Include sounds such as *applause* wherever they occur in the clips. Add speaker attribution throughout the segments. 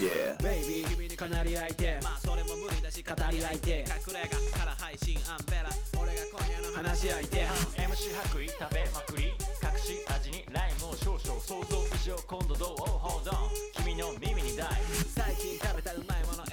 Speaker 1: Yeah
Speaker 2: ベイビー君にかなり相手
Speaker 3: まあそれも無理だし語り合いて隠れ家から配信アンベラ俺が今夜の話
Speaker 2: 話
Speaker 3: し
Speaker 2: し
Speaker 3: 合
Speaker 2: 合
Speaker 3: い
Speaker 2: い手
Speaker 4: MC 白衣食べまくり隠し味にライムを少々想像以上今度どう Hold on 君の耳に大
Speaker 3: 最近食べたうまいもの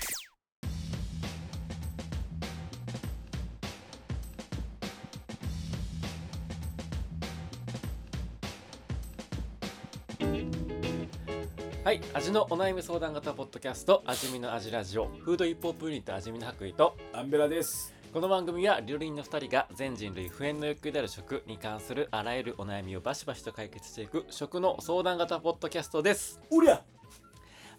Speaker 3: ン
Speaker 5: はい味のお悩み相談型ポッドキャスト味見の味ラジオフード一方プリント味見の白衣と
Speaker 1: アンベラです
Speaker 5: この番組は料理人の2人が全人類不変の欲求である食に関するあらゆるお悩みをバシバシと解決していく食の相談型ポッドキャストです
Speaker 1: おりゃ
Speaker 5: あ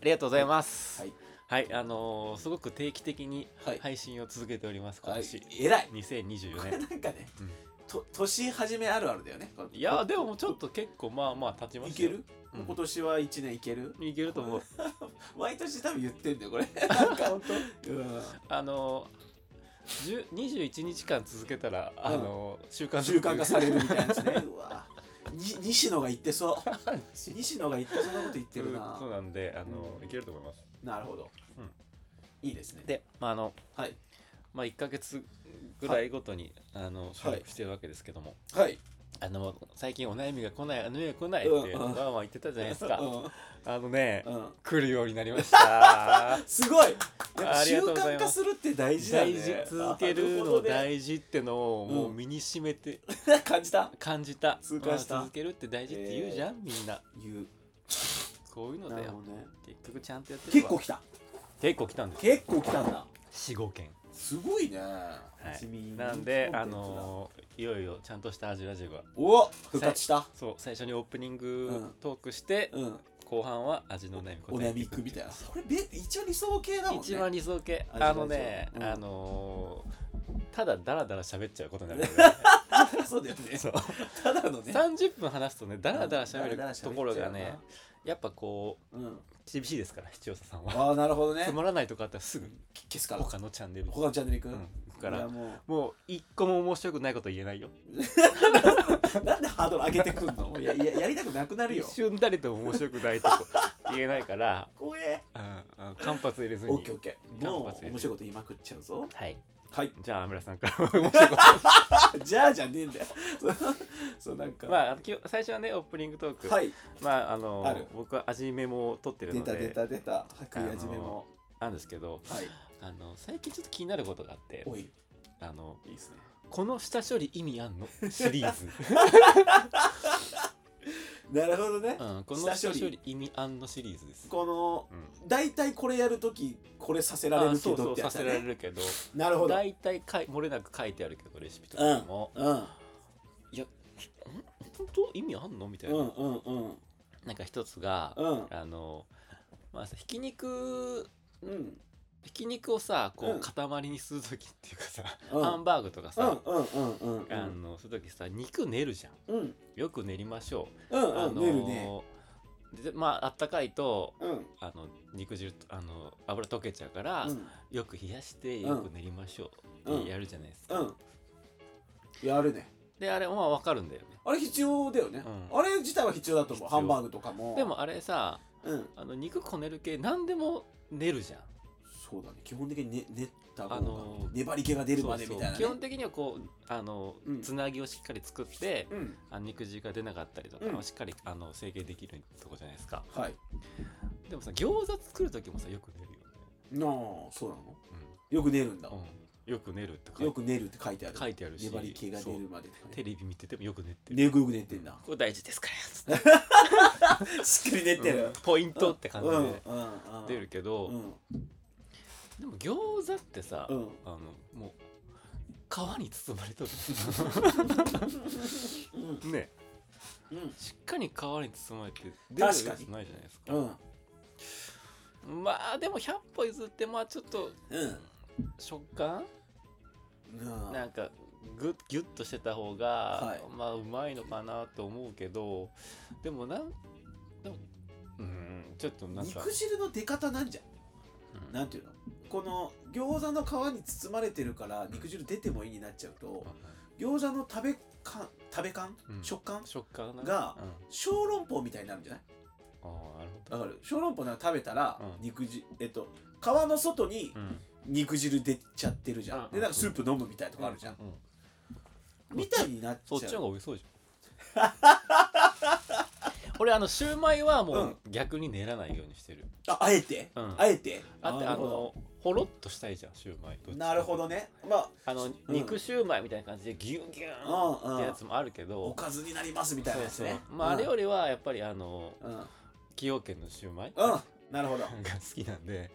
Speaker 5: りがとうございます
Speaker 1: はい、
Speaker 5: はいあのーすごく定期的に
Speaker 1: はい
Speaker 5: 配信を続けております今
Speaker 1: はい
Speaker 5: 年、、
Speaker 1: 偉い
Speaker 5: 2024
Speaker 1: これ
Speaker 5: 年
Speaker 1: なんかね、
Speaker 5: うん
Speaker 1: と年始めあるあるだよねこの
Speaker 5: いやーでもちょっと結構まあまあ経ちま
Speaker 1: い
Speaker 5: したよ
Speaker 1: ける、
Speaker 5: うん
Speaker 1: 今年は1年いける
Speaker 5: いけると思う
Speaker 1: 毎年多分言ってんだよ
Speaker 5: *laughs*
Speaker 1: これなんか本当、うん、
Speaker 5: あの10 21日間続けたら、あの習慣
Speaker 1: 習慣化されるみ
Speaker 5: *laughs*
Speaker 1: たいなやつねうわに西野が言ってそう西野が言ってそんなこと言ってるな
Speaker 5: そうなんであの、いけると思います
Speaker 1: なるほど、
Speaker 5: うん
Speaker 1: いいですね
Speaker 5: で、まああの
Speaker 1: はい
Speaker 5: まあ、1か月ぐらいごとに、あの収録してるわけですけども、
Speaker 1: はい、
Speaker 5: あの最近お悩みが来ないお悩みが来ないっ
Speaker 1: うん
Speaker 5: て
Speaker 1: う
Speaker 5: わ
Speaker 1: ん
Speaker 5: んわん言ってたじゃないですか、
Speaker 1: う
Speaker 5: あのね、
Speaker 1: んうん、
Speaker 5: 来るようになりました
Speaker 1: *laughs* すごいやっぱ
Speaker 5: ありが
Speaker 1: 習
Speaker 5: とうございま
Speaker 1: 慣
Speaker 5: す
Speaker 1: 化するって大事だね
Speaker 5: 大事続けるの大事ってのを
Speaker 1: うん
Speaker 5: もう身にしめて
Speaker 1: 事、ね、 *laughs* 感じた
Speaker 5: 感じた,、
Speaker 1: 痛感した
Speaker 5: あ続けるって大事って言うじゃん、みんな
Speaker 1: 言う
Speaker 5: こういうの
Speaker 1: な
Speaker 5: だ
Speaker 1: るほ
Speaker 5: よ
Speaker 1: どね
Speaker 5: 結局ちゃんとやってれ
Speaker 1: 結
Speaker 5: ば
Speaker 1: 構来た
Speaker 5: 結構来たんです
Speaker 1: 結構来たんだ
Speaker 5: 45件、
Speaker 1: すごいね、
Speaker 5: はい
Speaker 1: 地味
Speaker 5: なんで
Speaker 1: コンテンツだ
Speaker 5: あのーいよいよちゃんとした味ラジオが
Speaker 1: お復活した
Speaker 5: そう最初にオープニン
Speaker 1: うん
Speaker 5: グトークして、
Speaker 1: うん
Speaker 5: 後半は味のお悩み
Speaker 1: お
Speaker 5: 答え
Speaker 1: 悩
Speaker 5: て
Speaker 1: み
Speaker 5: い
Speaker 1: 行
Speaker 5: く
Speaker 1: くみたいなそれべ一番理想系だもんね
Speaker 5: 一番理想系
Speaker 1: 味ラジオ
Speaker 5: あのね、
Speaker 1: うん
Speaker 5: あのーただダラダラ喋っちゃうことになる *laughs*
Speaker 1: そうだよね
Speaker 5: そう
Speaker 1: ただのね
Speaker 5: 30分話すとねダラダラ喋
Speaker 1: うんダラダラ喋っ
Speaker 5: る
Speaker 1: ちゃう
Speaker 5: ところがねやっぱこう
Speaker 1: うん
Speaker 5: 厳しいですから視聴者さんは
Speaker 1: ああなるほどね
Speaker 5: つまらないとかあったらすぐ
Speaker 1: 消すから
Speaker 5: 他のチャンネルに、
Speaker 1: 他のチャンネル行く、
Speaker 5: うん、行くか
Speaker 1: い
Speaker 5: ら
Speaker 1: やも
Speaker 5: もう一個も面白くないこと言えないよ
Speaker 1: う *laughs* なんでハードル上げてくんのもうやややりたくなくなるよ
Speaker 5: 一瞬誰とも面白くないと *laughs* こ言えないから、
Speaker 1: 怖え
Speaker 5: うんうん間髪入れずに
Speaker 1: オッケーオッケー
Speaker 5: 頑張
Speaker 1: も
Speaker 5: って
Speaker 1: う面白いこと言いまくっちゃうぞ
Speaker 5: はい
Speaker 1: はい
Speaker 5: じゃあ安村さんから面白いこ
Speaker 1: じゃあじゃねえんだよ *laughs* そうなんか、
Speaker 5: と *laughs* *laughs* まあきょ最初はねオープニングトーク、
Speaker 1: はい
Speaker 5: まああの
Speaker 1: ある
Speaker 5: 僕は味メモを取ってる
Speaker 1: 出
Speaker 5: の
Speaker 1: た出
Speaker 5: で
Speaker 1: た出た白衣始めも
Speaker 5: なんですけど
Speaker 1: はい
Speaker 5: あの最近ちょっと気になることがあって
Speaker 1: おい
Speaker 5: あの
Speaker 1: いいですね
Speaker 5: この下処理意味あんのシリーズ、
Speaker 1: なるほど
Speaker 5: *laughs*
Speaker 1: ね、
Speaker 5: うん、この下
Speaker 1: 下処理
Speaker 5: 処理意味あんのシリーズです、
Speaker 1: この
Speaker 5: うん、
Speaker 1: 大体これやるときこれさせられ
Speaker 5: あ
Speaker 1: るけ
Speaker 5: そう
Speaker 1: ど
Speaker 5: そ
Speaker 1: っ
Speaker 5: う
Speaker 1: て
Speaker 5: さ
Speaker 1: やつだ
Speaker 5: せられ
Speaker 1: ね
Speaker 5: るけど
Speaker 1: なるほど
Speaker 5: 大体かい漏れなく書いてあるけどレシピと
Speaker 1: うん
Speaker 5: かも、
Speaker 1: うん
Speaker 5: いや本当意味あんのみたいな、
Speaker 1: うんうんうん
Speaker 5: なんか一つが、
Speaker 1: うん
Speaker 5: あのまあさひき肉
Speaker 1: うん
Speaker 5: ひき肉をさこう、
Speaker 1: うん
Speaker 5: 塊にする時っていうかさ、
Speaker 1: うん
Speaker 5: ハンバーグとか
Speaker 1: うん
Speaker 5: さ、
Speaker 1: うんうんうんうん
Speaker 5: あのする時さ肉練るじゃん
Speaker 1: うん
Speaker 5: よく練りましょ
Speaker 1: う
Speaker 5: う、
Speaker 1: ん
Speaker 5: あ
Speaker 1: うん
Speaker 5: の
Speaker 1: 寝るね
Speaker 5: でまああったかいと
Speaker 1: うんうん
Speaker 5: あの肉汁あの油溶けちゃうから、よく冷やしてよく練りましょう、
Speaker 1: うん
Speaker 5: やるじゃないですか、
Speaker 1: うんやるね
Speaker 5: であれまあわかるんだよね
Speaker 1: あれ必要だよね
Speaker 5: うん
Speaker 1: あれ自体は必要だと
Speaker 5: 必
Speaker 1: 思う
Speaker 5: 要
Speaker 1: ハンバーグとかも
Speaker 5: でもあれさ
Speaker 1: うん
Speaker 5: あの肉こねる系何でも練るじゃん
Speaker 1: そうだね基本的にね練った
Speaker 5: あ
Speaker 1: 方
Speaker 5: の
Speaker 1: が
Speaker 5: ー
Speaker 1: 粘り気が出るまで
Speaker 5: そうそ
Speaker 1: み
Speaker 5: う
Speaker 1: たいな
Speaker 5: 基
Speaker 1: ね
Speaker 5: 本的にはこうあの、
Speaker 1: うん
Speaker 5: つなぎをしっかり作って
Speaker 1: うん
Speaker 5: あの肉汁が出なかったりとか、
Speaker 1: うん
Speaker 5: しっかりあの成形できるとこじゃないですか
Speaker 1: はい
Speaker 5: でもさ餃子作る時もさよく練るよね
Speaker 1: なあそうなのよく寝るんだ
Speaker 5: うん、うん、よく練るって書い
Speaker 1: よく寝るって書いてある
Speaker 5: 書いてあるし
Speaker 1: 粘り気が出るまでとか
Speaker 5: そう
Speaker 1: ね
Speaker 5: テレビ見ててもよく練ってる
Speaker 1: ねぐよく寝てんだ
Speaker 5: これ大事ですからつって
Speaker 1: しっかり寝てる、
Speaker 5: うんポイントって感じで
Speaker 1: うんうんうん
Speaker 5: 出るけど、
Speaker 1: うん
Speaker 5: でも餃子ってさ、
Speaker 1: うん
Speaker 5: あのもう皮に包まれ
Speaker 1: *laughs*
Speaker 5: と
Speaker 1: うん
Speaker 5: るね
Speaker 1: うん
Speaker 5: しっかり皮に包まれて出るやつ
Speaker 1: 確かに
Speaker 5: ないじゃないですか
Speaker 1: うん
Speaker 5: まあでも100歩譲ってまあちょっと
Speaker 1: うん
Speaker 5: 食感
Speaker 1: なあ
Speaker 5: なんかグッギュッとしてた方が、
Speaker 1: はい
Speaker 5: まあうまいのかなと思うけどでもなんでもうんちょっとなんか
Speaker 1: 肉汁の出方なんじゃん、
Speaker 5: うん
Speaker 1: なんていうのこの餃子の皮に包まれてるから肉汁出てもいいになっちゃうと餃子の食べ感食べ感、
Speaker 5: うん
Speaker 1: 食感
Speaker 5: 食感な
Speaker 1: が
Speaker 5: うん、
Speaker 1: 小籠包みたいになるんじゃない
Speaker 5: ああなるほ
Speaker 1: わかる小籠包なんか食べたら
Speaker 5: うん
Speaker 1: 肉汁、えっと皮の外に
Speaker 5: ど、うん、
Speaker 1: 肉汁出ちゃってるじゃん、
Speaker 5: うん
Speaker 1: でなんかスープ飲むみたいとかあるじゃん、
Speaker 5: うん
Speaker 1: みたいになっち
Speaker 5: そっち
Speaker 1: ゃ
Speaker 5: の方が
Speaker 1: う
Speaker 5: 美味しそうじ
Speaker 1: *laughs*
Speaker 5: ゃん俺あのシューマイはもう逆に練らないようにしてる、
Speaker 1: ああえて、
Speaker 5: うん
Speaker 1: あえて
Speaker 5: あって
Speaker 1: な
Speaker 5: あ
Speaker 1: るほ
Speaker 5: のほろっとしたいじゃんシューマイどっちかってい
Speaker 1: ど
Speaker 5: うと
Speaker 1: なるほどねまあ
Speaker 5: あの肉シューマイみたいな感じでギュンギュン
Speaker 1: うんうん
Speaker 5: ってやつもあるけど、
Speaker 1: おかずになりますみたいなやつ
Speaker 5: そう
Speaker 1: ね
Speaker 5: そうまあ、あれよりはやっぱりあの
Speaker 1: うんうん、
Speaker 5: 崎陽軒のシューマイが
Speaker 1: うんなるほど
Speaker 5: 好きなんで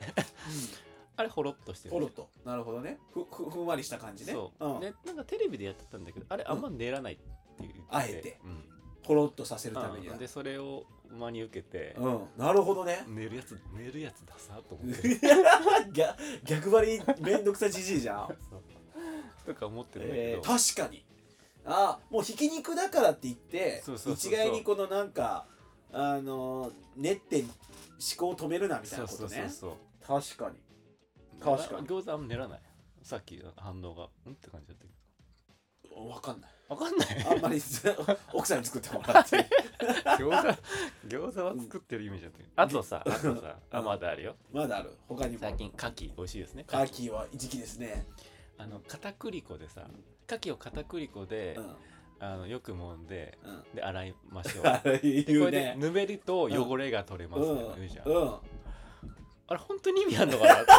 Speaker 5: あれほろっとしてる
Speaker 1: ポロッとなるほどねふふふんわりした感じね
Speaker 5: そう、
Speaker 1: うん
Speaker 5: でなんかテレビでやってたんだけどあれあんま練らないっていう
Speaker 1: あえて、
Speaker 5: うん
Speaker 1: ポロッとさせるためには
Speaker 5: うんでそれを真に受けて、
Speaker 1: うんなるほどね *laughs*
Speaker 5: 寝るやつ寝るやつださと思って
Speaker 1: 逆逆張りめんどくさじ
Speaker 5: *laughs*
Speaker 1: じいじゃん
Speaker 5: そうとか思ってるんだけ
Speaker 1: え
Speaker 5: ど、
Speaker 1: ー確かにあーもうひき肉だからって言って
Speaker 5: そうそうそうそう
Speaker 1: 一概にこのなんかあのー練って思考を止めるなみたい
Speaker 5: そ
Speaker 1: な
Speaker 5: う
Speaker 1: こ
Speaker 5: そう
Speaker 1: と
Speaker 5: そう
Speaker 1: ね
Speaker 5: そう
Speaker 1: 確かに確かに
Speaker 5: 餃子あんま寝らないさっきの反応がうんって感じだったけ
Speaker 1: 分かんない
Speaker 5: どわかんない
Speaker 1: あんまり奥さんに作ってもらって
Speaker 5: *laughs* 餃子餃子は作ってるイメージだったけどあとさあとさあまだあるよ
Speaker 1: まだある他にも
Speaker 5: 最近牡蠣美味しいですね
Speaker 1: カーキーは時期ですね
Speaker 5: あの片栗粉でさ牡蠣を片栗粉で、
Speaker 1: うん
Speaker 5: あのよく揉んで
Speaker 1: うん
Speaker 5: で洗いましょう
Speaker 1: あ
Speaker 5: で
Speaker 1: れ
Speaker 5: こ
Speaker 1: *laughs* 言う
Speaker 5: れで
Speaker 1: ね
Speaker 5: ぬめりと汚れが取れま
Speaker 1: う
Speaker 5: す
Speaker 1: ん
Speaker 5: ね、言うじゃん、
Speaker 1: うん
Speaker 5: あれ本当に意味あんのか
Speaker 1: *laughs*
Speaker 5: なって、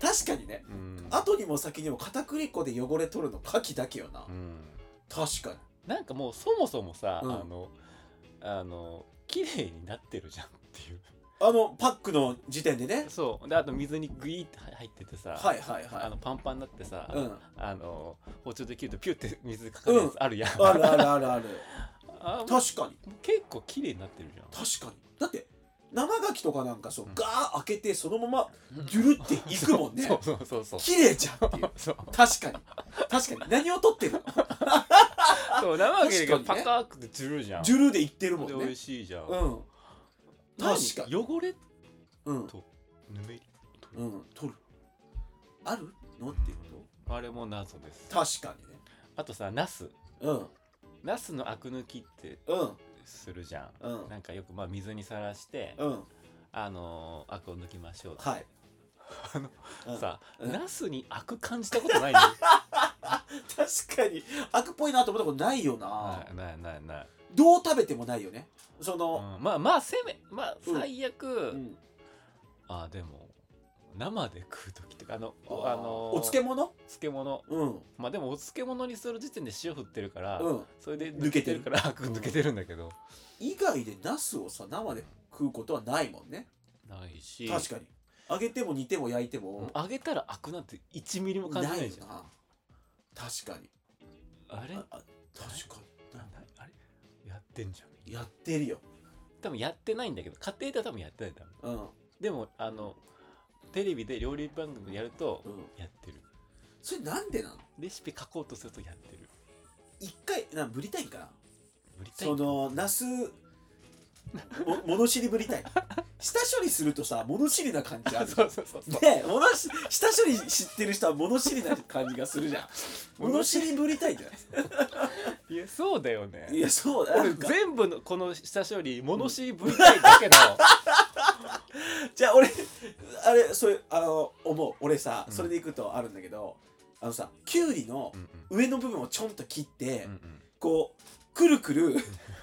Speaker 1: 確かにね
Speaker 5: うん
Speaker 1: 後にも先にも片栗粉で汚れ取るの牡蠣だけよな
Speaker 5: うん
Speaker 1: 確かに
Speaker 5: なんかもうそもそもさ、
Speaker 1: うん
Speaker 5: あのあの綺麗になってるじゃんっていう
Speaker 1: あのパックの時点でね
Speaker 5: *laughs* そうであと水にグイーって入っててさ、
Speaker 1: はいはい
Speaker 5: あ
Speaker 1: は
Speaker 5: のパンパンになってさ、
Speaker 1: うん
Speaker 5: あの包丁で切るとピュって水かかるやつあるやん、
Speaker 1: いあるあるあるある
Speaker 5: あもう
Speaker 1: 確かに
Speaker 5: 結構綺麗になってるじゃん
Speaker 1: 確かにだって生牡蠣とかなんかそう、
Speaker 5: うん
Speaker 1: ガー開けてそのままギュルっていくもんね
Speaker 5: そうそうそうそう
Speaker 1: 綺麗じゃんっていう
Speaker 5: そう
Speaker 1: 確かに確かに何を取ってるの
Speaker 5: そう生揚げが
Speaker 1: 確
Speaker 5: パ
Speaker 1: かにね
Speaker 5: カーってジュルじゃん
Speaker 1: ジュルでいってるもん
Speaker 5: で美
Speaker 1: ね
Speaker 5: 味しいじゃん、
Speaker 1: うん
Speaker 5: 何
Speaker 1: 確かに
Speaker 5: 汚れ
Speaker 1: うん
Speaker 5: ぬめり
Speaker 1: うん取るあるのっていうこ
Speaker 5: あれも謎です
Speaker 1: と確かにね
Speaker 5: あとさナス
Speaker 1: うん
Speaker 5: ナスのアク抜きって
Speaker 1: うん
Speaker 5: するじゃん
Speaker 1: うん
Speaker 5: なんかよくまあ水にさらして、
Speaker 1: うん
Speaker 5: あのー、アクを抜きましょう、
Speaker 1: はい
Speaker 5: あの
Speaker 1: うん
Speaker 5: さ、
Speaker 1: うん
Speaker 5: ナスにアク感じたことない
Speaker 1: *laughs*
Speaker 5: の、
Speaker 1: 確かに悪っぽいなと思ったことないよな、
Speaker 5: はい、ないないない、
Speaker 1: どう食べてもないよねその、
Speaker 5: うん、まあまあせめまあ
Speaker 1: うん
Speaker 5: 最悪、
Speaker 1: うん
Speaker 5: あでも生で食う時とかあの
Speaker 1: あ
Speaker 5: おあのー
Speaker 1: お漬物
Speaker 5: 漬物
Speaker 1: うん
Speaker 5: まあでもお漬物にする時点で塩振ってるから、
Speaker 1: うん
Speaker 5: それで
Speaker 1: 抜けてる
Speaker 5: 抜からアク *laughs* 抜けてるんだけど、
Speaker 1: 以外でナスをさ生で食うことはないもんね
Speaker 5: ないし
Speaker 1: 確かに揚げても煮ても焼いても
Speaker 5: 揚げたらアクなんて1ミリも感じ
Speaker 1: な
Speaker 5: ない
Speaker 1: い
Speaker 5: じ
Speaker 1: よ
Speaker 5: ゃん
Speaker 1: な確かに
Speaker 5: あれ
Speaker 1: ああ確か
Speaker 5: ななあれやってんじゃん
Speaker 1: にやってるよ
Speaker 5: 多分やってないんだけど家庭では多分やってないんだろう
Speaker 1: うん
Speaker 5: でもあのテレビで料理番組やると
Speaker 1: うん
Speaker 5: やってる
Speaker 1: それなんでなの
Speaker 5: レシピ書こうとするとやってる
Speaker 1: 一回なぶりたいんかな
Speaker 5: 無理タイ
Speaker 1: そのナスも *laughs* 物知りぶりたい下処理するとさ物知りな感じある
Speaker 5: そうそうそうそう
Speaker 1: ねえ物知下処理知ってる人は物知りな感じがするじゃん物知りぶりたいじゃ
Speaker 5: いやそうだよ
Speaker 1: んい
Speaker 5: ね
Speaker 1: やそうだな
Speaker 5: 俺
Speaker 1: んか
Speaker 5: 全部のこの下処理物知りぶりたいだけど
Speaker 1: じゃあ俺あれそれあの思う俺さ
Speaker 5: うん
Speaker 1: それでいくとあるんだけど、あのさきゅうりの
Speaker 5: *laughs* うんうん
Speaker 1: 上の部分をちょんと切って、
Speaker 5: うんうん
Speaker 1: こうくるくる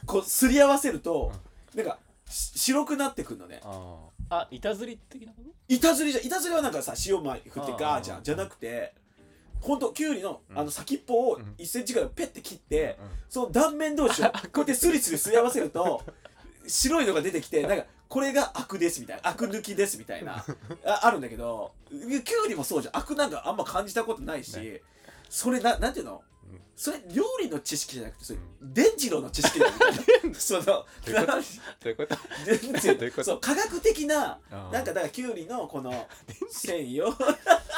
Speaker 1: こうすり合わせると、なんかし白くなってくるのね
Speaker 5: あーあ板ずり的なこと
Speaker 1: 板ずりじゃ板ずりはなんかさ塩まい振って
Speaker 5: ああ
Speaker 1: ガーじゃんじゃなくてほんときゅうりの
Speaker 5: うん
Speaker 1: あの先っぽを
Speaker 5: うん
Speaker 1: 1センチぐらいペッて切って、
Speaker 5: うん
Speaker 1: その断面同
Speaker 5: *laughs*
Speaker 1: 士をこうやってスリスリすり合わせると白いのが出てきてなんかこれがアクですみたいなアク抜きですみたいなああるんだけどきゅうりもそうじゃんアクなんかあんま感じたことないし、
Speaker 5: ね
Speaker 1: それななんていうの
Speaker 5: うん
Speaker 1: それ料理の知識じゃなくてそれ伝次郎の知識
Speaker 5: *laughs*
Speaker 1: だよ *laughs* みたいなその
Speaker 5: どういうことどういうこと
Speaker 1: 全然
Speaker 5: どういうこと
Speaker 1: そう科学的な
Speaker 5: あー
Speaker 1: なんかだからきゅうりの
Speaker 5: *laughs*
Speaker 1: この繊維を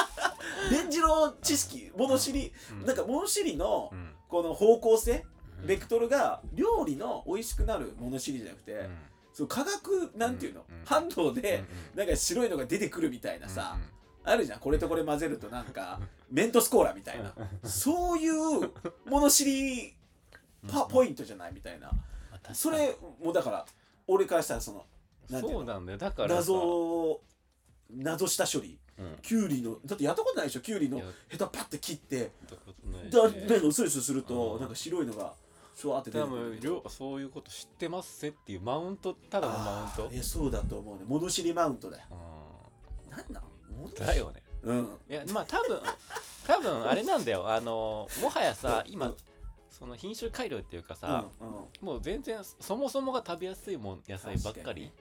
Speaker 1: *laughs* 伝次郎知識物知り
Speaker 5: うん
Speaker 1: なんか物知りの
Speaker 5: うん
Speaker 1: この方向性
Speaker 5: うん
Speaker 1: ベクトルが料理の美味しくなる物知りじゃなくて、
Speaker 5: うん
Speaker 1: その化学なんていうの、
Speaker 5: うんうん
Speaker 1: 反応
Speaker 5: うんう
Speaker 1: で
Speaker 5: ん
Speaker 1: なんか白いのが出てくるみたいなさ、
Speaker 5: うんうん
Speaker 1: あるじゃんこれとこれ混ぜるとなんかメントスコーラみたいなそういう物知りパポイントじゃないみたいな
Speaker 5: まあ確かに
Speaker 1: それもうだから俺からしたらそのなんていうの
Speaker 5: そうなんだよだからさ
Speaker 1: 謎謎下処理
Speaker 5: うんやっ
Speaker 1: キュウリのだってやったことないでしょキュウリの
Speaker 5: や
Speaker 1: ヘタパッて切って
Speaker 5: たことないし
Speaker 1: だだのスリスリすると
Speaker 5: うん
Speaker 1: なんか白いのがシュワーって出
Speaker 5: 多
Speaker 1: てくる
Speaker 5: 分りょうそういうこと知ってますせっていうマウントただのマウン
Speaker 1: あ
Speaker 5: ト
Speaker 1: ーいやそうだと思うね物知りマウントだよ
Speaker 5: う
Speaker 1: なんなん物知
Speaker 5: ん
Speaker 1: り
Speaker 5: だよね
Speaker 1: うん
Speaker 5: いやまあ多
Speaker 1: *laughs*
Speaker 5: 分多分あれなんだよあのもはやさ
Speaker 1: う
Speaker 5: 今
Speaker 1: ん
Speaker 5: その品種改良っていうかさ、
Speaker 1: うんうん
Speaker 5: もう全然そもそもが食べやすいもん野菜ばっかり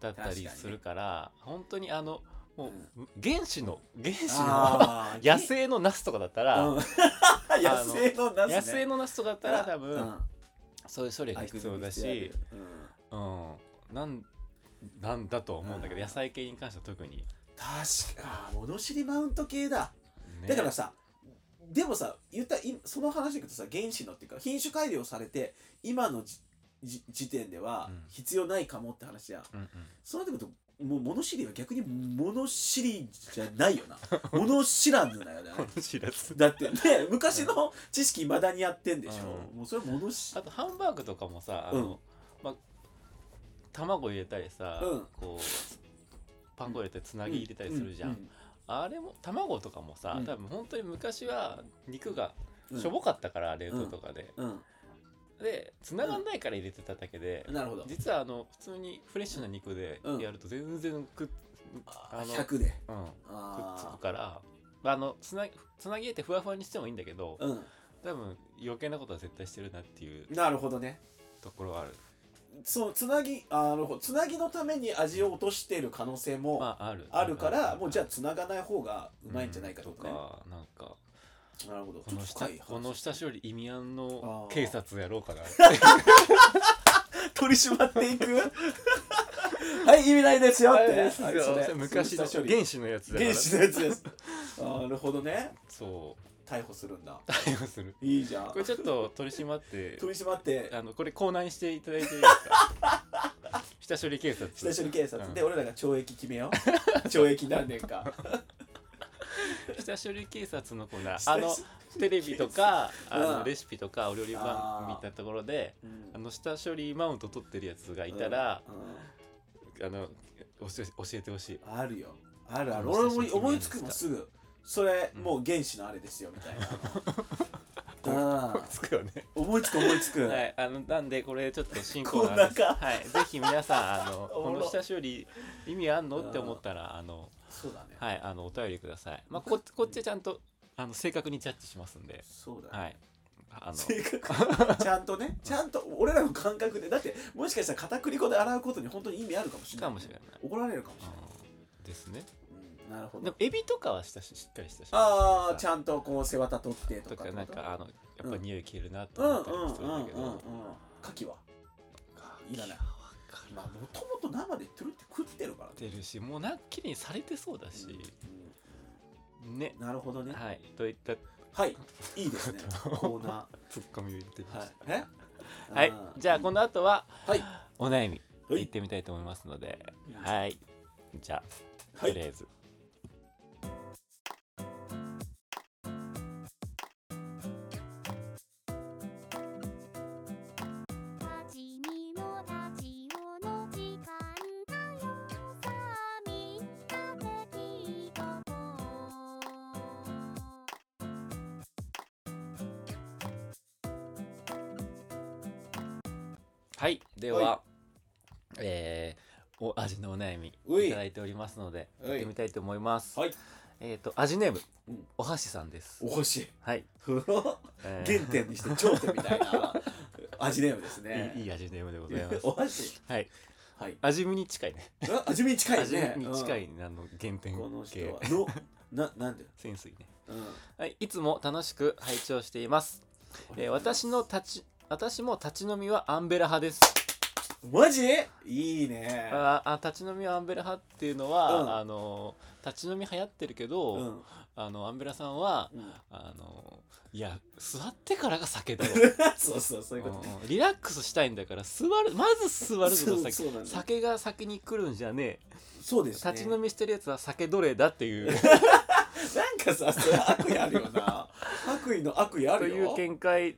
Speaker 5: だった
Speaker 1: 確かに
Speaker 5: り
Speaker 1: ね
Speaker 5: するから本当にあのも
Speaker 1: う
Speaker 5: う原始の原始の
Speaker 1: あー
Speaker 5: 野生のナスとかだった *laughs* ら、
Speaker 1: うん野生のナスね
Speaker 5: 野生のナスとかだったら多分、
Speaker 1: うん
Speaker 5: そういう処理が必要だし、
Speaker 1: うん
Speaker 5: うん、なんなんだとは思うんだけど、
Speaker 1: うん
Speaker 5: 野菜系に関しては特に、
Speaker 1: 確かあー物知りマウント系だ
Speaker 5: ね
Speaker 1: だからさでもさ言ったらいその話だけどさ原子のっていうか品種改良されて今のじじ時点では
Speaker 5: うん
Speaker 1: 必要ないかもって話じゃん、
Speaker 5: うんうん
Speaker 1: そうなってくるともう物知りは逆に物知りじゃな
Speaker 5: *laughs*
Speaker 1: いよな物知らぬだよね *laughs*
Speaker 5: 物知らず
Speaker 1: だってね昔の知識いまだにやってんでしょ、
Speaker 5: う
Speaker 1: もうそれ物知
Speaker 5: あとハンバーグとかもさあの、まあ、卵入れたりさ、
Speaker 1: うん
Speaker 5: こうパン粉入れたりつなぎ入れたりするじゃん、
Speaker 1: うん
Speaker 5: あれも卵とかもさ、
Speaker 1: うん
Speaker 5: 多分本当に昔は肉が
Speaker 1: うん
Speaker 5: しょぼかったから、冷凍とかで、
Speaker 1: うん、
Speaker 5: でつながんないから入れてただけで、
Speaker 1: なるほど
Speaker 5: 実はあの普通にフレッシュな肉で
Speaker 1: うん
Speaker 5: やると全然くっ、
Speaker 1: あ
Speaker 5: あの
Speaker 1: 100で
Speaker 5: うん、くっつ
Speaker 1: あ
Speaker 5: くからまああのつなつなぎ入れてふわふわにしてもいいんだけど
Speaker 1: あうん
Speaker 5: 多分余計なことは絶対してるなっていう
Speaker 1: なるほどね
Speaker 5: ところはある
Speaker 1: そうつなぎあなるほどつなぎのために味を落としている可能性も
Speaker 5: まあある
Speaker 1: あるから
Speaker 5: ん
Speaker 1: もうじゃあつながない方がうまいんじゃないかと
Speaker 5: うんと
Speaker 1: か,、ね
Speaker 5: かなんか
Speaker 1: なるほど
Speaker 5: この
Speaker 1: ちょっと
Speaker 5: 下
Speaker 1: 深い話
Speaker 5: この下処理意味あんの
Speaker 1: あー
Speaker 5: 警察やろうかな
Speaker 1: *laughs* 取り締まっていく *laughs* はい意味ないですよって
Speaker 5: *laughs* あれですよ
Speaker 1: はいそれ
Speaker 5: それ昔の
Speaker 1: その下処理
Speaker 5: 原始のやつだから
Speaker 1: 原始のやつですあなるほどね
Speaker 5: そ
Speaker 1: 逮捕するんだ
Speaker 5: う対応する
Speaker 1: いいじゃん
Speaker 5: これちょっと取り締まって
Speaker 1: 取り締まって
Speaker 5: あのこれコーナーにしていただいていいですか *laughs* 下処理警察
Speaker 1: 下処理警察で
Speaker 5: う
Speaker 1: 俺らが懲役決めよう懲役何
Speaker 5: *laughs*
Speaker 1: 年か
Speaker 5: ん下処理警察のコーナー
Speaker 1: 下
Speaker 5: あ
Speaker 1: 処理
Speaker 5: のテレビとか
Speaker 1: うん
Speaker 5: あのレシピとかお料理番
Speaker 1: あー
Speaker 5: 組みたいなところで
Speaker 1: うん
Speaker 5: あの下処理マウント取ってるやつがいたら、
Speaker 1: う
Speaker 5: あの教え教えてほし
Speaker 1: *laughs*
Speaker 5: い
Speaker 1: んあるよあるある
Speaker 5: この
Speaker 1: 俺
Speaker 5: 人
Speaker 1: も思いつくもん
Speaker 5: 知
Speaker 1: すぐそれ、
Speaker 5: うん
Speaker 1: もう原始のあれですよみた
Speaker 5: *laughs*
Speaker 1: いなあ
Speaker 5: つくよね
Speaker 1: ー思いつく思いつく、
Speaker 5: はい、あのなんでこれちょっと進
Speaker 1: こ
Speaker 5: 行
Speaker 1: んな
Speaker 5: なんです。
Speaker 1: か
Speaker 5: はい、ぜひ皆さんあの
Speaker 1: *laughs* お
Speaker 5: こ
Speaker 1: もろ
Speaker 5: の下処理意味あんのって思ったらあの
Speaker 1: そうだね、
Speaker 5: はいあのお便りください。まあここっちはちゃんとあの正確にジャッジしますんで、
Speaker 1: そうだね、
Speaker 5: はい、あの
Speaker 1: 正確ちゃんとねちゃんと俺らの感覚でだってもしかしたら片栗粉で洗うことに本当に意味あるかもしれない、
Speaker 5: かもしれない。
Speaker 1: 怒られるかもしれない、
Speaker 5: うんですね。
Speaker 1: うんなるほ
Speaker 5: で
Speaker 1: ど
Speaker 5: もエビとかはしたししっかりしたし。
Speaker 1: ああち
Speaker 5: ん
Speaker 1: ゃんとこう背わた取ってと
Speaker 5: と
Speaker 1: か
Speaker 5: かなんかあのやっぱ匂い消えるなと
Speaker 1: うんうん
Speaker 5: 思
Speaker 1: う
Speaker 5: っ
Speaker 1: ん
Speaker 5: たりもする
Speaker 1: うん
Speaker 5: ん
Speaker 1: うん
Speaker 5: だけど、
Speaker 1: 牡蠣は
Speaker 5: 牡
Speaker 1: いらないまあもともと生でトゥルって食ってるからね
Speaker 5: 出るし、もうなっきりにされてそうだし、ね
Speaker 1: う。んなるほどね
Speaker 5: はい、といった
Speaker 1: はいいいで
Speaker 5: *laughs*
Speaker 1: すねコーナ
Speaker 5: ツッコミを言ってみ
Speaker 1: ー
Speaker 5: ま
Speaker 1: は
Speaker 5: し
Speaker 1: いえ
Speaker 5: た。はい、じゃあこの後は。
Speaker 1: あーはい
Speaker 5: お悩み
Speaker 1: はい
Speaker 5: 行ってみたいと思いますので、
Speaker 1: は
Speaker 5: はい、じゃあ、
Speaker 1: はい
Speaker 5: とりあえず
Speaker 6: 立ちにも立ちよの時間だよさあみんなで聞いとこう
Speaker 5: はいでは、
Speaker 1: は
Speaker 5: えーお味のお悩み
Speaker 1: うい
Speaker 5: いただいておりますので
Speaker 1: うい
Speaker 5: やってみたいと思います、
Speaker 1: はい
Speaker 5: えっ、と味ネーム、
Speaker 1: うん
Speaker 5: おはしさんです
Speaker 1: お欲
Speaker 5: *laughs*
Speaker 1: しい
Speaker 5: はい、
Speaker 1: ふろ
Speaker 5: えー
Speaker 1: 原点にして頂点みたいな味ネームですね
Speaker 5: いいいい味ネームでございます
Speaker 1: お箸
Speaker 5: はい
Speaker 1: はい
Speaker 5: 味見に近いね
Speaker 1: あ味見に近いね
Speaker 5: 味見に近
Speaker 1: う
Speaker 5: い、あの原点
Speaker 1: んこの人
Speaker 5: 系
Speaker 1: はのななんで
Speaker 5: 潜水ね
Speaker 1: うん
Speaker 5: はいいつも楽しく拝聴していますえー私の立ち私も立ち飲みはアンベラ派です
Speaker 1: マジいいね
Speaker 5: ああ立ち飲みアンベラ派っていうのは、
Speaker 1: うん
Speaker 5: あの立ち飲み流行ってるけど、
Speaker 1: うん
Speaker 5: あのアンベラさんは
Speaker 1: うん
Speaker 5: あのいや座ってからが酒だよ、
Speaker 1: *laughs* そうそうそういうこと
Speaker 5: うんうんリラックスしたいんだから座るまず座る
Speaker 1: そ
Speaker 5: の
Speaker 1: う
Speaker 5: が先
Speaker 1: そうなんだ
Speaker 5: 酒が先に来るんじゃねえ
Speaker 1: そうですね
Speaker 5: 立ち飲みしてるやつは酒奴隷だっていう
Speaker 1: *laughs* なんかさそれ悪意あるよな悪意の悪意あ
Speaker 5: と
Speaker 1: る
Speaker 5: いう
Speaker 1: よ
Speaker 5: 見解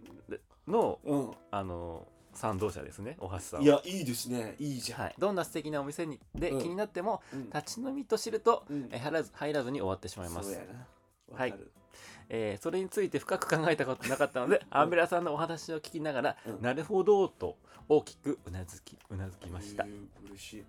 Speaker 5: の
Speaker 1: うん
Speaker 5: あの賛同者ですね大橋さんはい
Speaker 1: やいいですねいいじゃん、
Speaker 5: はい、どんな素敵なお店にで、
Speaker 1: うん
Speaker 5: 気になっても
Speaker 1: うん
Speaker 5: 立ち飲みと知ると、
Speaker 1: うん
Speaker 5: え入らず入らずに終わってしまいま
Speaker 1: そう
Speaker 5: す
Speaker 1: やなわ
Speaker 5: はい
Speaker 1: かる
Speaker 5: えーそれについて深く考えたことなかったので、アンベラさんのお話を聞きながら、
Speaker 1: うん
Speaker 5: なるほどと大きくうなずきうなずきました、
Speaker 1: えー嬉しい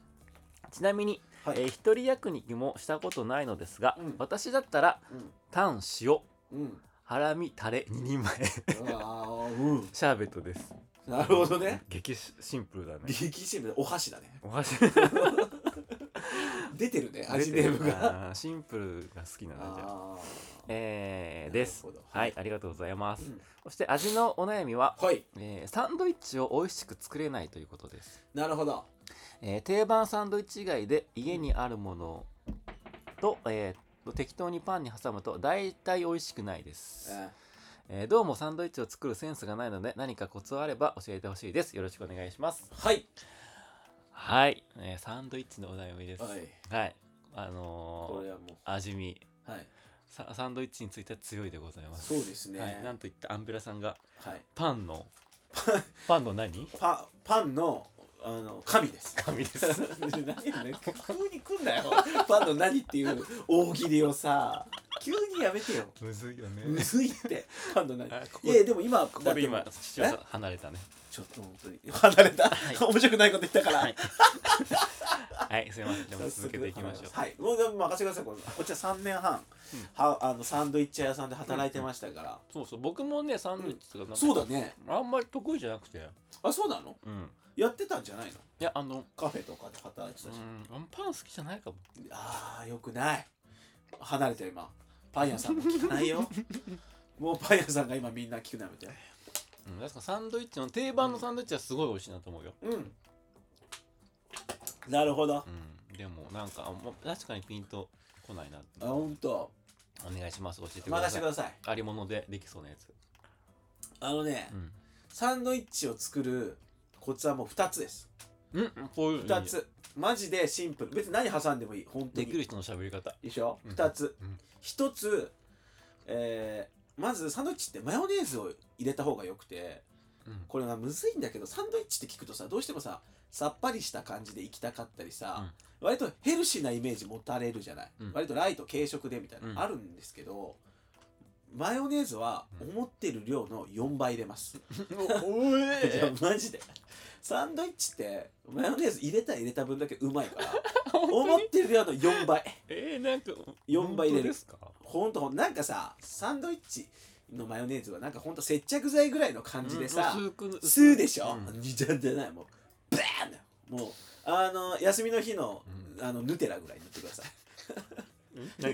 Speaker 5: ちなみに、
Speaker 1: はい
Speaker 5: えー一人役にもしたことないのですが、
Speaker 1: うん
Speaker 5: 私だったら
Speaker 1: うん
Speaker 5: タン塩
Speaker 1: うん
Speaker 5: ハラミタレ2人前 *laughs*
Speaker 1: ああうん
Speaker 5: シャーベットです
Speaker 1: なるほどね
Speaker 5: 激しシンプルだね
Speaker 1: 力士部お箸だね
Speaker 5: お箸
Speaker 1: 出てるね味ネームが
Speaker 5: *laughs* あーシンプルが好きなんだじゃあ
Speaker 1: あ
Speaker 5: えー、
Speaker 1: なるほど
Speaker 5: です
Speaker 1: は
Speaker 5: はいいありがとうございます、
Speaker 1: うん
Speaker 5: そして味のお悩みは、
Speaker 1: ーはい
Speaker 5: えーサンドイッチを美味しく作れないということです
Speaker 1: なるほど
Speaker 5: えー定番サンドイッチ以外で家にあるものと、えー適当にパンに挟むと大体美味しくないです、
Speaker 1: え
Speaker 5: えーどうもサンドイッチを作るセンスがないので何かコツはあれば教えてほしいですよろしくお願いします
Speaker 1: ーはい
Speaker 5: はい、えーサンドイッチのお悩みですは、
Speaker 1: はいい
Speaker 5: あの
Speaker 1: こ
Speaker 5: ー
Speaker 1: れはも
Speaker 5: 味見
Speaker 1: うはい
Speaker 5: ササンドイッチについては強いでございます
Speaker 1: そうですね
Speaker 5: はい、なんといったアンベラさんが
Speaker 1: はい
Speaker 5: パンのパンの何
Speaker 1: パパンのあの神です
Speaker 5: 紙です
Speaker 1: *laughs* 何やねん急に来んなよパンの何っていう大喜利をさ急にやめてよ
Speaker 5: むずいよね
Speaker 1: むずいってパンの何
Speaker 5: あここ
Speaker 1: いやでも今
Speaker 5: ここで今
Speaker 1: だって
Speaker 5: 視聴者離れたね
Speaker 1: ちょっと本当に離れた、
Speaker 5: い
Speaker 1: 面白くないこと言ったから、
Speaker 5: はいはい、すみません。じゃあもう続けていきましょう。
Speaker 1: はい、もうでも任せてください。これこっちは3年半、はあのサンドイッチ屋さんで働いてましたから。
Speaker 5: そうそう、僕もね、サンドイッチとかなんか、
Speaker 1: そうだね。
Speaker 5: あんまり得意じゃなくて。
Speaker 1: あ、そうなの？
Speaker 5: うん。
Speaker 1: やってたんじゃないの？
Speaker 5: いや、あの、
Speaker 1: カフェとかで働いて
Speaker 5: う
Speaker 1: たし。
Speaker 5: ん、あんまパン好きじゃないかも。
Speaker 1: ああ、よくない。離れて今。パン屋さんも聞かな
Speaker 5: *laughs*
Speaker 1: いよ。もうパン屋さんが今みんな聞くなみたい
Speaker 5: うん、確かサンドイッチの定番のサンドイッチはすごい美味しいなと思うよ。
Speaker 1: な。うん。なるほど。
Speaker 5: うん。でも、なんか、あんま確かにピンと来ないな。
Speaker 1: あ、本当。
Speaker 5: お願いします。教えてくだ
Speaker 1: 任せ
Speaker 5: さ
Speaker 1: て
Speaker 5: い
Speaker 1: く。ださい。
Speaker 5: ありものでできそうなやつ。
Speaker 1: あのね、
Speaker 5: うん。
Speaker 1: サンドイッチを作るコツはもう2つです。
Speaker 5: うん、こういうのいいね
Speaker 1: 2つ。マジでシンプル。別に何挟んでもいい。本当
Speaker 5: で
Speaker 1: に
Speaker 5: き。る人の喋り方。
Speaker 1: でしょ、
Speaker 5: う
Speaker 1: うん2つ、
Speaker 5: うん
Speaker 1: 1つ、えーまずサンドイッチってマヨネーズを入れた方がよくて
Speaker 5: うん。
Speaker 1: これがむずいんだけどサンドイッチって聞くとさどうしてもささっぱりした感じでいきたかったりさ、割とヘルシーなイメージ持たれるじゃない、
Speaker 5: うん
Speaker 1: 割とライト軽食でみたいな、
Speaker 5: うん
Speaker 1: あるんですけどマヨネーズは思ってる量の4倍入
Speaker 5: *laughs*
Speaker 1: れます、
Speaker 5: お *laughs* え
Speaker 1: いやマジでサンドイッチってマヨネーズ入れたら入れた分だけうまいから
Speaker 5: *laughs*
Speaker 1: 思ってる量の4倍
Speaker 5: えー、なんか、
Speaker 1: 四倍入
Speaker 5: 本
Speaker 1: れる
Speaker 5: 当ですか
Speaker 1: ほんとほんとなんかさサンドイッチのマヨネーズはなんかほんと接着剤ぐらいの感じでさ、
Speaker 5: うん薄く薄く
Speaker 1: 吸うでしょ、
Speaker 5: うん
Speaker 1: にじゃんじゃないもうバーンだよもうあの休みの日の,、あのヌテラぐらい塗ってくださいいや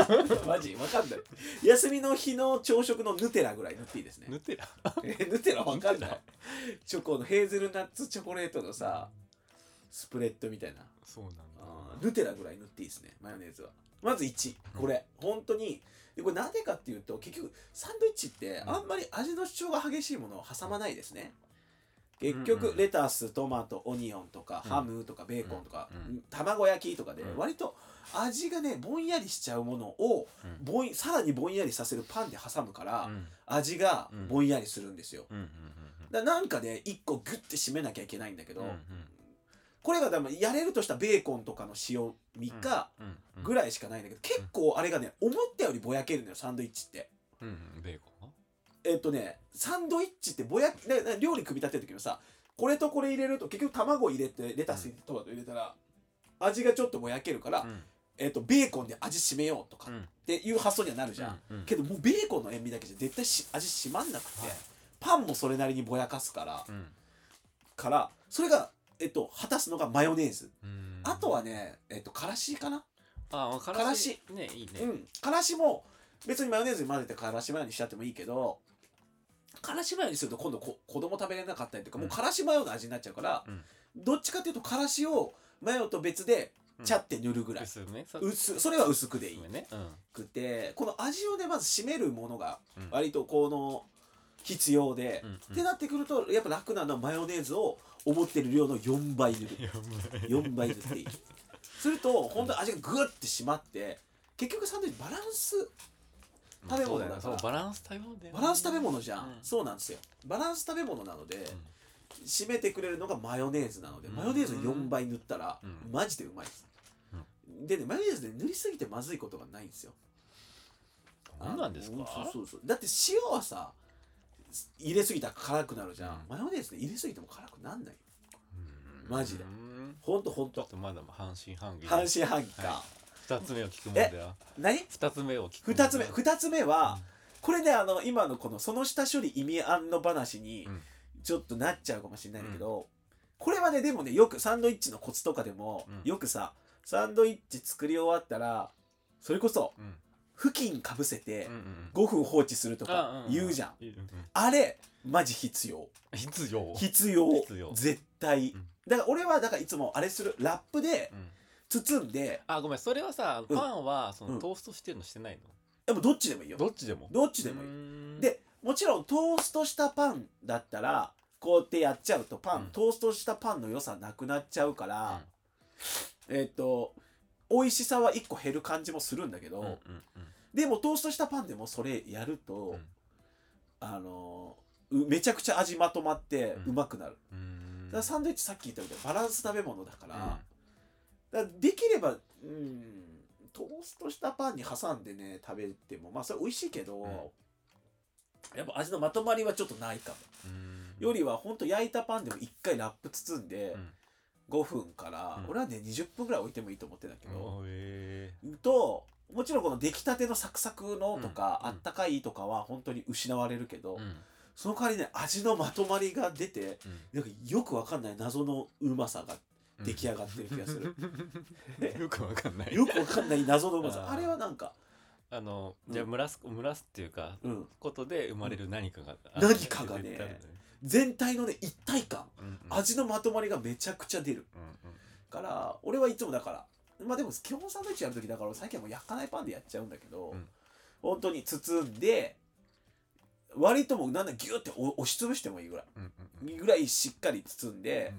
Speaker 1: *laughs* マジわかんない休みの日の朝食のヌテラぐらい塗っていいですね
Speaker 5: ヌテラ
Speaker 1: えヌテラわかん
Speaker 5: ヌテ
Speaker 1: ない
Speaker 5: ラ
Speaker 1: チョコのヘーゼルナッツチョコレートのさスプレッドみたいな
Speaker 5: そうなんだ
Speaker 1: あーヌテラぐらい塗っていいですねマヨネーズはまず1これ、本当にでこれなんでかっていうと結局サンドイッチってあんまり味の主張が激しいものを挟まないですね結
Speaker 5: うん
Speaker 1: 局
Speaker 5: うん
Speaker 1: レタストマトオニオンとか
Speaker 5: うん
Speaker 1: ハムとかベーコンとか、
Speaker 5: うん
Speaker 1: 卵焼きとかで
Speaker 5: うん
Speaker 1: 割と味がねぼんやりしちゃうものを
Speaker 5: うん
Speaker 1: ぼんさらにぼんやりさせるパンで挟むから
Speaker 5: うん
Speaker 1: 味がぼんやりするんですよ
Speaker 5: うんうんうん
Speaker 1: だからなんかね1個グッて締めなきゃいけないんだけど、
Speaker 5: うん
Speaker 1: これが多分やれるとしたらベーコンとかの塩味か
Speaker 5: うんうんうん
Speaker 1: ぐらいしかないんだけど結構あれがね思ったよりぼやけるのよサンドイッチって
Speaker 5: うんうんベーコン
Speaker 1: えっとねサンドイッチってぼやけなな料理組み立てる時もさこれとこれ入れると結局卵入れてレタス入れてトマト入れたら味がちょっとぼやけるから、
Speaker 5: うん
Speaker 1: えっと、ベーコンで味締めようとか
Speaker 5: うん
Speaker 1: っていう発想にはなるじゃん、
Speaker 5: うんうん
Speaker 1: けどもうベーコンの塩味だけじゃ絶対し味締まんなく
Speaker 5: は
Speaker 1: て、
Speaker 5: い
Speaker 1: パンもそれなりにぼやかすから、
Speaker 5: うん
Speaker 1: からそれが、えっと、果たすのがマヨネーズ
Speaker 5: うん
Speaker 1: あとはね、えっと、からしかな、
Speaker 5: あからしねいいね
Speaker 1: うん、からしも別にマヨネーズに混ぜてからしマヨにしちゃってもいいけどからしマヨにすると今度こ子供食べれなかったりとか、もうからしマヨの味になっちゃうから、
Speaker 5: うん
Speaker 1: どっちかっていうとからしをマヨと別でちゃって塗るぐらい、
Speaker 5: 薄めそ
Speaker 1: 薄それは薄くでいい
Speaker 5: 薄めねうん
Speaker 1: くてこの味をねまず締めるものが
Speaker 5: うん
Speaker 1: 割とこの必要で、
Speaker 5: うんうん
Speaker 1: ってなってくるとやっぱ楽なのはマヨネーズを思ってる量の4倍塗る
Speaker 5: やばい
Speaker 1: 4倍塗っていいすると本当に味がグッて締まって結局サンドイッチバランス食べ物だから
Speaker 5: そうだよねそうバランス食べ物だよね
Speaker 1: バランス食べ物じゃん、
Speaker 5: うん
Speaker 1: そうなんですよバランス食べ物なので、締めてくれるのがマヨネーズなので、マヨネーズを4倍塗ったら、
Speaker 5: うん
Speaker 1: マジでうまいです、でねマヨネーズで塗りすぎてまずいことがないんですよ
Speaker 5: 何なんですか
Speaker 1: あそうそうそうだって塩はさ入れすぎたら辛くなるじゃん、
Speaker 5: うん
Speaker 1: マヨネーズで入れすぎても辛くなんない
Speaker 5: うん
Speaker 1: マジで
Speaker 5: うん
Speaker 1: ほんとほん
Speaker 5: ちょ
Speaker 1: と
Speaker 5: っとまだ半信半疑
Speaker 1: 半信半疑か、
Speaker 5: は二つ目を聞くもんだよ
Speaker 1: 何
Speaker 5: 二つ目を聞くもんだ
Speaker 1: 2
Speaker 5: よ
Speaker 1: つ目二つ目は、これねあの今のこのその下処理意味案の話に
Speaker 5: うん
Speaker 1: ちょっとなっちゃうかもしれないんだけど、これはねでもねよくサンドイッチのコツとかでも、
Speaker 5: うん
Speaker 1: よくさサンドイッチ作り終わったらそれこそ
Speaker 5: うん
Speaker 1: 布巾かぶせて
Speaker 5: うんうん
Speaker 1: 5分放置すると
Speaker 5: あ
Speaker 1: か
Speaker 5: うん
Speaker 1: 言うじゃん、
Speaker 5: うんうん
Speaker 1: あれマジ必要
Speaker 5: 必要
Speaker 1: 必要
Speaker 5: 必要
Speaker 1: 絶対、
Speaker 5: うん
Speaker 1: だから俺はだからいつもあれするラップで
Speaker 5: うん
Speaker 1: 包んで、
Speaker 5: あごめんそれはさ
Speaker 1: うん
Speaker 5: パンはそ
Speaker 1: うん
Speaker 5: のトーストしてるのしてない
Speaker 1: でもどっちでもいいよ
Speaker 5: のどっちでも
Speaker 1: どっちでもいい
Speaker 5: い
Speaker 1: でもちろんトーストしたパンだったらこうやってやっちゃうとパン、
Speaker 5: うん
Speaker 1: トーストしたパンの良さなくなっちゃうから、えっ、と美味しさは1個減る感じもするんだけど、
Speaker 5: うんうんうん
Speaker 1: でもトーストしたパンでもそれやると、
Speaker 5: うん
Speaker 1: あのーうめちゃくちゃ味まとまって
Speaker 5: う
Speaker 1: うんまくなる、
Speaker 5: う
Speaker 1: だ
Speaker 5: ん
Speaker 1: からサンドイッチさっき言ったみたいにバランス食べ物だから,、
Speaker 5: うん
Speaker 1: だからできればうんトーストしたパンに挟んでね食べてもまあそれ美味しいけど、やっぱ味のまとまりはちょっとないかも。
Speaker 5: うん
Speaker 1: よりはほんと焼いたパンでも一回ラップ包んで
Speaker 5: うん
Speaker 1: 5分から、
Speaker 5: うん
Speaker 1: 俺はね20分ぐらい置いてもいいと思ってんだけど、
Speaker 5: おーえ
Speaker 1: ともちろんこの出来たてのサクサクのとか、
Speaker 5: うん
Speaker 1: あったかいとかは本当に失われるけど、
Speaker 5: ーうん
Speaker 1: その代わりね味のまとまりが出て
Speaker 5: うん
Speaker 1: なんかよくわかんない謎のうまさが
Speaker 5: うん
Speaker 1: 出来上がってる気がする、ね
Speaker 5: よくわかんない
Speaker 1: よくわかんない謎のうまさ
Speaker 5: あー
Speaker 1: あれはなんか
Speaker 5: あの
Speaker 1: うん
Speaker 5: じゃあ蒸らす蒸らすっていうか
Speaker 1: うん
Speaker 5: ことで生まれる何かがあ
Speaker 1: 何かが
Speaker 5: 絶対あるん
Speaker 1: ね
Speaker 5: だよ
Speaker 1: 全体のね一体感
Speaker 5: うんうん
Speaker 1: 味のまとまりがめちゃくちゃ出る
Speaker 5: うんうん
Speaker 1: から俺はいつもだからまあでも基本サンドイッチやる時だから俺最近はもう焼かないパンでやっちゃうんだけど、
Speaker 5: うん
Speaker 1: 本当に包んで割ともうなんだギュってお押しつぶしてもいいぐらい
Speaker 5: うんうん
Speaker 1: ぐらいしっかり包んで、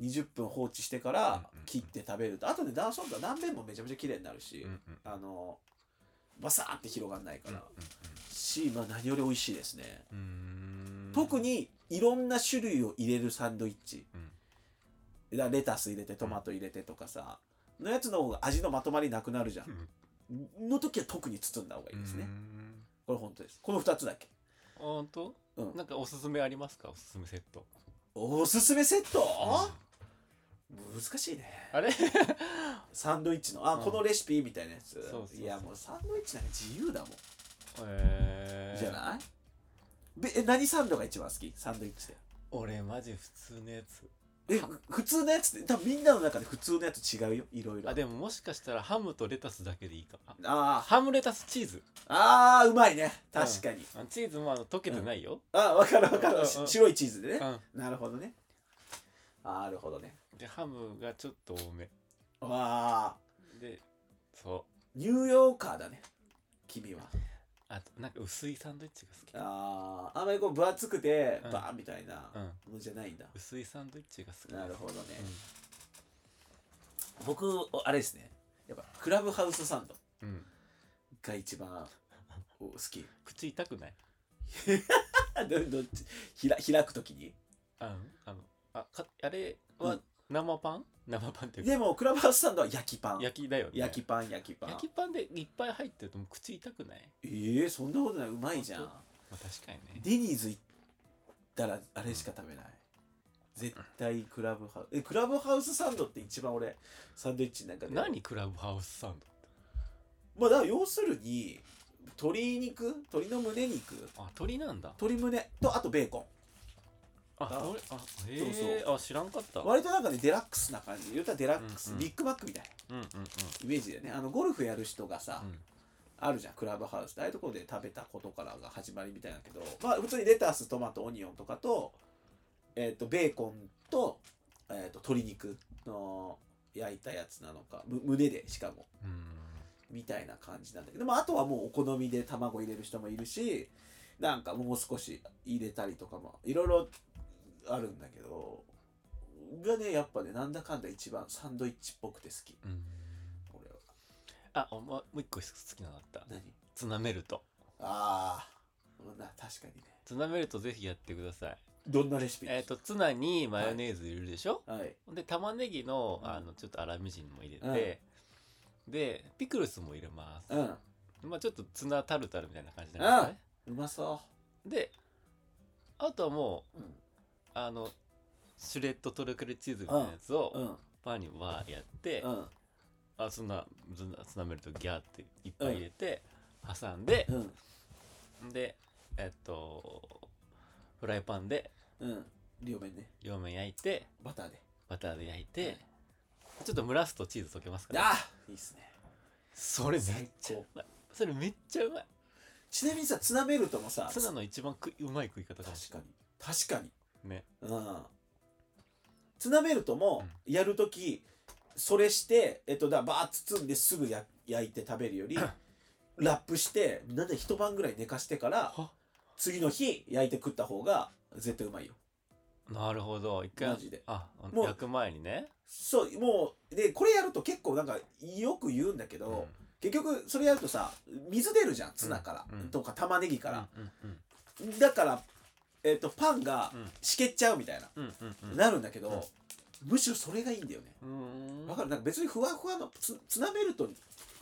Speaker 1: 20分放置してから
Speaker 5: うんうん
Speaker 1: 切って食べるとあとでダーソンが断面もめちゃめちゃ綺麗になるし、
Speaker 5: うんうん
Speaker 1: あのバサーって広がんないか
Speaker 5: うん
Speaker 1: ら、しまあ何より美味しいですね、
Speaker 5: うんうん
Speaker 1: 特にいろんな種類を入れるサンドイッチ、
Speaker 5: うん
Speaker 1: だからレタス入れてトマト入れてとかさ、のやつの方が味のまとまりなくなるじゃん、の時は特に包んだ方がいいですね、
Speaker 5: うん
Speaker 1: これ本当ですこの2つだけ
Speaker 5: あ本当
Speaker 1: うん
Speaker 5: なんかおすすめありますかおすすめセッ
Speaker 1: *laughs*
Speaker 5: ト
Speaker 1: おすすめセット、難しいね
Speaker 5: あれ
Speaker 1: サンドイッチのあ、
Speaker 5: うん
Speaker 1: このレシピみたいなやつ
Speaker 5: そうそうそう
Speaker 1: いやもうサンドイッチなんか自由だもん、
Speaker 5: えー
Speaker 1: じゃないべえ何サンドが一番好きサンドイッチで
Speaker 5: 俺マジ普通のやつ
Speaker 1: えふ普通のやつって多分みんなの中で普通のやつ違うよいろいろ
Speaker 5: あでももしかしたらハムとレタスだけでいいかもあ
Speaker 1: あー
Speaker 5: ハムレタスチーズ
Speaker 1: あーうまいね確かに、
Speaker 5: あチーズもあの溶けてないよ
Speaker 1: あ分かる分か
Speaker 5: うんう
Speaker 1: る
Speaker 5: ん
Speaker 1: し白いチーズでね
Speaker 5: うん
Speaker 1: なるほどねなるほどね
Speaker 5: でハムがちょっと多め
Speaker 1: わあ
Speaker 5: でそう
Speaker 1: ニューヨーカーだね君は
Speaker 5: あとなんか薄いサンドイッチが
Speaker 1: あーあんまりこう分厚くて
Speaker 5: うん
Speaker 1: バーンみたいな
Speaker 5: 好きうん
Speaker 1: のじゃないんだ
Speaker 5: 薄いサンドイッチが好き
Speaker 1: なるほどね
Speaker 5: う
Speaker 1: 僕あれですねやっぱクラブハウスサンド
Speaker 5: ん、うん、
Speaker 1: が一番お好き *laughs*
Speaker 5: 口痛くない
Speaker 1: どどっちひら開くときに
Speaker 5: あのあのあかあれ
Speaker 1: う
Speaker 5: は
Speaker 1: ん
Speaker 5: 生パン、生パンっていうか
Speaker 1: でもクラブハウスサンドは焼きパン
Speaker 5: 焼きだよね
Speaker 1: 焼きパン焼きパン
Speaker 5: 焼きパンでいっぱい入ってるともう口痛くない、
Speaker 1: えー、そんなことないうまいじゃん
Speaker 5: まあ、確かにね
Speaker 1: デニーズ行ったらあれしか食べない絶対クラブハウスえクラブハウスサンドって一番俺サンドイッチの中で
Speaker 5: 何クラブハウスサンド
Speaker 1: まあだから要するに鶏肉鶏の胸肉
Speaker 5: あ鳥なんだ
Speaker 1: 鶏胸とあとベーコン
Speaker 5: あ
Speaker 1: あ
Speaker 5: 鳥あへえあ知らんかったうんうん
Speaker 1: 割となんかねデラックスな感じ言うたらデラックス、
Speaker 5: うんうん
Speaker 1: ビッグマックみたいな
Speaker 5: うん
Speaker 1: イメージだよねあのゴルフやる人がさ、
Speaker 5: うん
Speaker 1: あるじゃんクラブハウスってああいうところで食べたことからが始まりみたいなんだけどまあ普通にレタストマトオニオンとかと,、えー、とベーコンとえー、と鶏肉の焼いたやつなのかむ胸でしかも
Speaker 5: うん
Speaker 1: みたいな感じなんだけど、まあ、あとはもうお好みで卵入れる人もいるしなんかもう少し入れたりとかもいろいろあるんだけどがねやっぱねなんだかんだ一番サンドイッチっぽくて好き
Speaker 5: うん
Speaker 1: 俺は
Speaker 5: あおもう一個好きなのあった
Speaker 1: 何
Speaker 5: ツナメルト
Speaker 1: ああな確かにね
Speaker 5: ツナメルトぜひやってください
Speaker 1: どんなレシピ
Speaker 5: えっ、とツナにマヨネーズ入れるでしょ、
Speaker 1: はい
Speaker 5: で玉ねぎの
Speaker 1: うん
Speaker 5: あのちょっと粗みじんも入れて、でピクルスも入れます、
Speaker 1: うん
Speaker 5: まあちょっとツナタルタルみたいな感じになんですかね、
Speaker 1: うまそ
Speaker 5: であとはもう、
Speaker 1: うん
Speaker 5: あのシュレッドトルクレチーズみたいなやつ
Speaker 1: うう
Speaker 5: を
Speaker 1: ん
Speaker 5: パンにわーやって、
Speaker 1: うん
Speaker 5: あそんなツナツナメルトギャーっていっぱい入れて、挟んで
Speaker 1: う、ん
Speaker 5: でえっとフライパンで
Speaker 1: うん両面ね
Speaker 5: 両面焼いて
Speaker 1: バターで
Speaker 5: バターで焼いて、ちょっと蒸らすとチーズ溶けますから
Speaker 1: ああいいっすね
Speaker 5: それめっ
Speaker 1: 最
Speaker 5: ちゃう
Speaker 1: 高
Speaker 5: まいそれめっちゃうまい
Speaker 1: ちなみにさツナメルトもさ
Speaker 5: ツナの一番くうまい食い方かもし
Speaker 1: 確かに確かに
Speaker 5: れないね
Speaker 1: うんツナメルトもやるとき、それしてえっとだからバーッ包んですぐや焼いて食べるよりラップしてなんで一晩ぐらい寝かしてから
Speaker 5: は
Speaker 1: 次の日焼いて食った方が絶対うまいよ
Speaker 5: なるほど一回
Speaker 1: マジで
Speaker 5: ああの
Speaker 1: もう
Speaker 5: 焼く前にね
Speaker 1: そうもうでこれやると結構なんかよく言うんだけど、
Speaker 5: うん
Speaker 1: 結局それやるとさ水出るじゃんツナから、
Speaker 5: うんうん
Speaker 1: とか玉ねぎから、
Speaker 5: うんうん
Speaker 1: だから、えっとパンが
Speaker 5: うん
Speaker 1: しけっちゃうみたいな、
Speaker 5: うんうんうん
Speaker 1: なるんだけど、むしろそれがいいんだよね
Speaker 5: うん
Speaker 1: わかるなんか別にふわふわのツツナメルト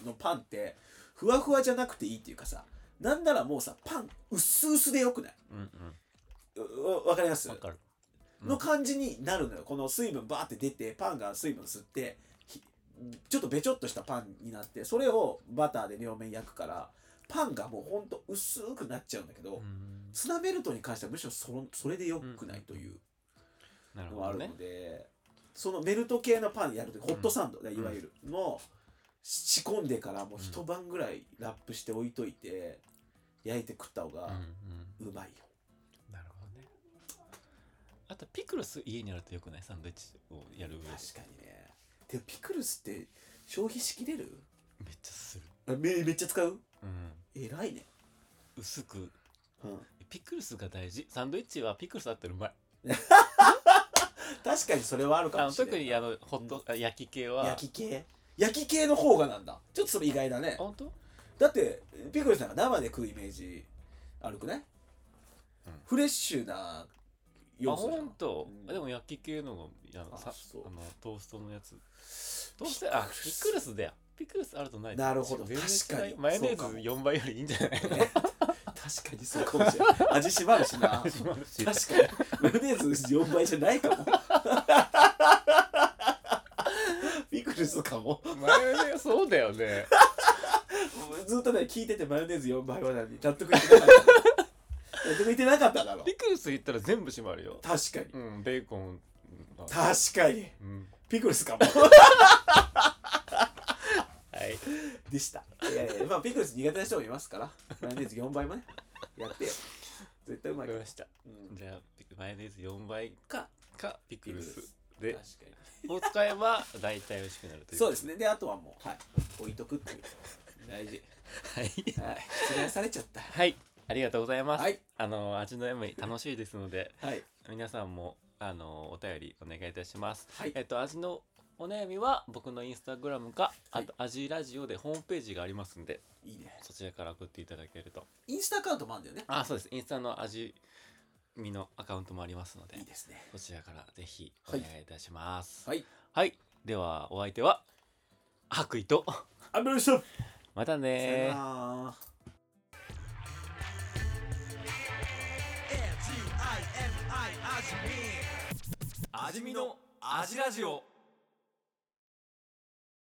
Speaker 1: のパンってふわふわじゃなくていいっていうかさなんならもうさパン薄々でよくない
Speaker 5: うんうん
Speaker 1: ううわかります
Speaker 5: わかるうん
Speaker 1: の感じになるのよこの水分バーって出てパンが水分吸ってひちょっとべちょっとしたパンになってそれをバターで両面焼くからパンがもうほんと薄くなっちゃうんだけど、
Speaker 5: うん
Speaker 1: ツナメルトに関してはむしろそのそれでよくないという
Speaker 5: なる
Speaker 1: のが
Speaker 5: ほ
Speaker 1: あ
Speaker 5: ど
Speaker 1: る
Speaker 5: ね
Speaker 1: ので、そのメルト系のパンやるとホットサンド、いわゆるの仕込んでからもう一晩ぐらいラップして置いといて焼いて食った方
Speaker 5: うん
Speaker 1: が
Speaker 5: うん
Speaker 1: うまいよ、
Speaker 5: なるほどねあとピクルス家にあるとよくないサンドイッチをやる上で
Speaker 1: 確かにねでもピクルスって消費しきれる
Speaker 5: めっちゃする
Speaker 1: あめめっちゃ使う
Speaker 5: うん
Speaker 1: 偉いね。
Speaker 5: 薄く
Speaker 1: うん、
Speaker 5: ピクルスが大事サンドイッチはピクルスあってうまい
Speaker 1: 確かにそれはあるか
Speaker 5: あ
Speaker 1: も
Speaker 5: の
Speaker 1: しれ
Speaker 5: 特
Speaker 1: ない。
Speaker 5: にあのホット、あ焼き系は
Speaker 1: 焼き系焼き系の方がなんだ。ちょっとそれ意外だね
Speaker 5: あ。本当
Speaker 1: だって、ピクルスなんか生で食うイメージあるくない、
Speaker 5: うん
Speaker 1: フレッシュな
Speaker 5: あ
Speaker 1: 要素じゃん
Speaker 5: 本
Speaker 1: *laughs*
Speaker 5: 当、
Speaker 1: うん
Speaker 5: あでも焼き系のがあのさ
Speaker 1: あそう
Speaker 5: あのトーストのやつトーストあピクルスだよピクルスあるとない
Speaker 1: なるほど
Speaker 5: 全然
Speaker 1: 確かに
Speaker 5: 違うマヨネ
Speaker 1: そうか
Speaker 5: ー
Speaker 1: も
Speaker 5: ズ4倍よりいいんじゃない
Speaker 1: 確かにそうかもしれない。味しまるしな。確
Speaker 5: *laughs*
Speaker 1: か
Speaker 5: マジで。
Speaker 1: にマヨネーズ4倍じゃないかも。 *laughs* ピクルスかも。
Speaker 5: マヨネーズそうだよね
Speaker 1: ずっとね、聞いててマヨネーズ4倍は何納得いってなかった。納得いってなかっただろ。
Speaker 5: ピクルス言ったら全部閉まるよ
Speaker 1: 確かに。
Speaker 5: うんベーコンあ
Speaker 1: 確かに
Speaker 5: うん
Speaker 1: ピクルスかも
Speaker 5: はい
Speaker 1: でしたいやいやまあピクルス苦手な人もいますからマヨネーズ4倍もねやってよ絶対うま
Speaker 5: わ
Speaker 1: い
Speaker 5: かり
Speaker 1: から
Speaker 5: ました
Speaker 1: うん
Speaker 5: じゃあピクマヨネーズ4倍
Speaker 1: か
Speaker 5: かピクルス
Speaker 1: ピクルス
Speaker 5: で
Speaker 1: 確か
Speaker 5: を使えば大体美味しくなるという
Speaker 1: にそうですねであとはもうはい置いとくっていう大事
Speaker 5: はい
Speaker 1: はい失礼されちゃった
Speaker 5: はいありがとうございます、
Speaker 1: はい
Speaker 5: あの味の M 楽しいですので
Speaker 1: はい
Speaker 5: 皆さんもあのお便りお願いいたします、
Speaker 1: はい
Speaker 5: えっと味のお悩みは僕のインスタグラムか、
Speaker 1: は
Speaker 5: あ
Speaker 1: い
Speaker 5: と味ラジオでホームページがありますんで
Speaker 1: いいね
Speaker 5: そちらから送っていただけると
Speaker 1: インスタアカウントもあるんだよね
Speaker 5: あそうですインスタの味見のアカウントもありますので
Speaker 1: いいですね
Speaker 5: そちらからぜひお
Speaker 1: は
Speaker 5: 願
Speaker 1: い
Speaker 5: いいたします
Speaker 1: はい
Speaker 5: はい、ではお相手は白衣と
Speaker 1: アンブレション
Speaker 5: また
Speaker 1: さ
Speaker 5: ね
Speaker 1: よ
Speaker 5: ー
Speaker 1: なら
Speaker 3: AGIMI 味見味見の味ラジオ